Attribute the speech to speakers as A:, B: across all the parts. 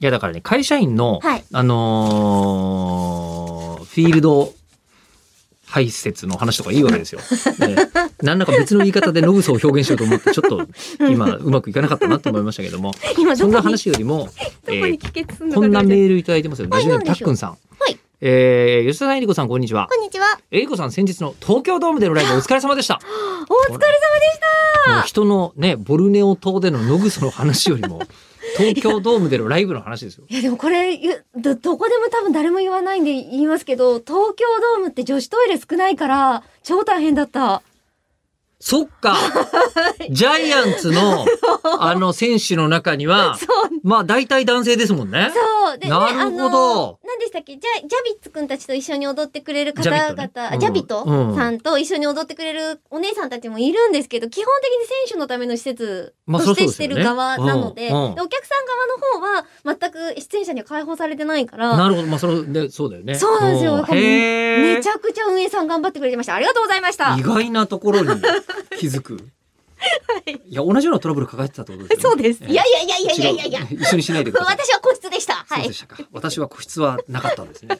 A: いやだからね、会社員の、
B: はい
A: あのーフィールド排泄の話とかいいわけ ですよ。ね、何らか別の言い方でノブソを表現しようと思って、ちょっと今うまくいかなかったなと思いましたけども、
B: 今
A: そ
B: ど
A: んな
B: こに
A: 話よりも、え
B: どこに
A: ー
B: 帰結するのか
A: こんな
B: ぐらい
A: メールいただいてますよ。ラジオネーム
B: な
A: た
B: ん
A: っ
B: でしょう
A: くんさん。
B: はい
A: えー吉田さん、えりこさん、こんにちは
B: こ。んにちは
A: えりこさん、先日の東京ドームでのライ ブお疲れ様でした。
B: お疲れ様でした
A: もう人のね、ボルネオ島でのノグソの話より も、東京ドームでのライブの話ですよ。
B: いやでもこれゆどどこでも多分誰も言わないんで言いますけど東京ドームって女子トイレ少ないから超大変だった
A: そっ か。ジャイアンツの、あの、選手の中には
B: そ、う
A: まあ、大体男性ですもんね。
B: そうで
A: なるほど
B: ねあの何でしたっけジャジャビッツくんたちと一緒に踊ってくれる方々
A: ジャビットね
B: あ
A: うん
B: ジャビット
A: うん
B: さんと一緒に踊ってくれるお姉さんたちもいるんですけど基本的に選手のための施設
A: まあ
B: と
A: そりゃ
B: し
A: そう
B: て
A: ですよ
B: して
A: ね
B: る側なので,、
A: うんうん
B: でお客さん側の方は全く出演者には解放されてないから
A: なるほど。まあ、それで、そうだよね。
B: そうなんですよだから
A: へ
B: め
A: え
B: ち。ゃくちゃ運営さん頑張ってくれてましたありがとうございました
A: 意外なとこ ろに気づく。い、や、同じようなトラブル抱えてたってことですよね。
B: いやいやいやいやいやいやいや
A: 違う一緒にしないでください。
B: 私は個室でした。は
A: そう
B: い
A: で。したか。私は個室はなかったんですね。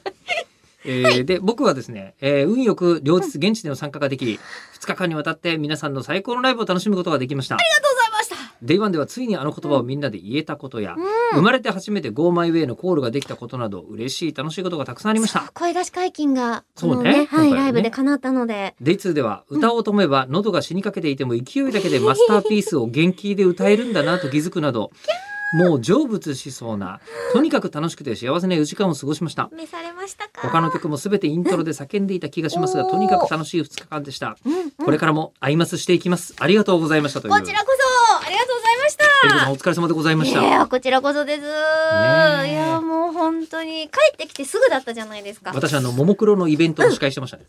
A: えーで僕はですね、えー運よく両日現地での参加ができ2日間にわたって皆さんの最高のライブを楽しむことができました
B: ありがとうございました。
A: Day1 ではついにあの言葉をみんなで言えたことや、
B: うん
A: 生まれて初めて GoMyWay のコールができたことなど嬉しい楽しいことがたくさんありま した
B: 声出し解禁が、こ
A: そう
B: の
A: ね
B: ね、は
A: 今回
B: い、
A: はね
B: ライブで叶ったので。
A: Day2 では歌おうと思えば喉が死にかけていても勢いだけでマスターピースを元気で歌えるんだなと気づくなどもう成仏しそうなとにかく楽しくて幸せな4時間を過ごしました
B: 召されましたか
A: 他の曲もすべてイントロで叫んでいた気がしますが、
B: おー
A: とにかく楽しい2日間でした。
B: うんうん
A: これからもアイマスしていきます。ありがとうございましたという。
B: こちらこそ、ありがとうございまし
A: エリコさ
B: た
A: ん。お疲れ様でございました。
B: いや、こちらこそです。い
A: え
B: や、もう本当に、帰ってきてすぐだったじゃないですか。
A: 私あのももクロのイベントを司会してましたね。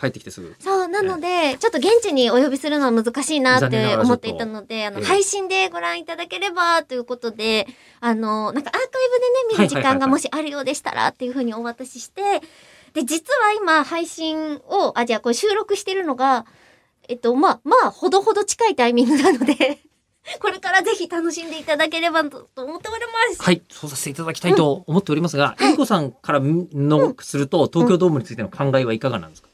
A: 帰ってきてすぐ。
B: そう、なので、ちょっと現地にお呼びするのは難しいなっ
A: 残念な
B: て
A: がら
B: 思っていたので、あの、
A: ええ
B: 配信でご覧いただければということで、あの、なんかアーカイブでね、見
A: はいは
B: る
A: い
B: 時
A: はいはい
B: 間がもしあるようでしたらっていうふうにお渡しして、で、実は今、配信を、あ、じゃあこれ収録してるのが、えっと、まあ、まあ、ほどほど近いタイミングなので、 これからぜひ楽しんでいただければとと思っております。
A: はい、そうさせていただきたいと思っておりますが、エリコさんからのすると、東京ドームについての考えはいかがなんですか。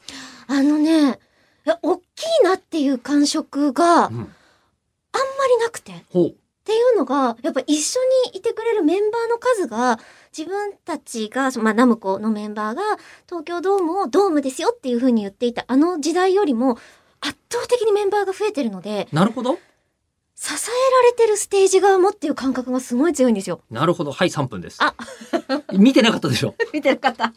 B: あのね、いや大きいなっていう感触があんま
A: うん
B: りなくて。
A: ほう。
B: っていうのが、やっぱ一緒にいてくれるメンバーの数が、自分たちが、まあ、ナムコのメンバーが、東京ドームをドームですよっていう風に言っていたあの時代よりも、圧倒的にメンバーが増えてるので、
A: なるほど。
B: 支えられてるステージ側もっていう感覚がすごい強いんですよ。
A: なるほど。はい、三分です
B: あ。
A: 見てなかったでしょ。
B: 見てなかった。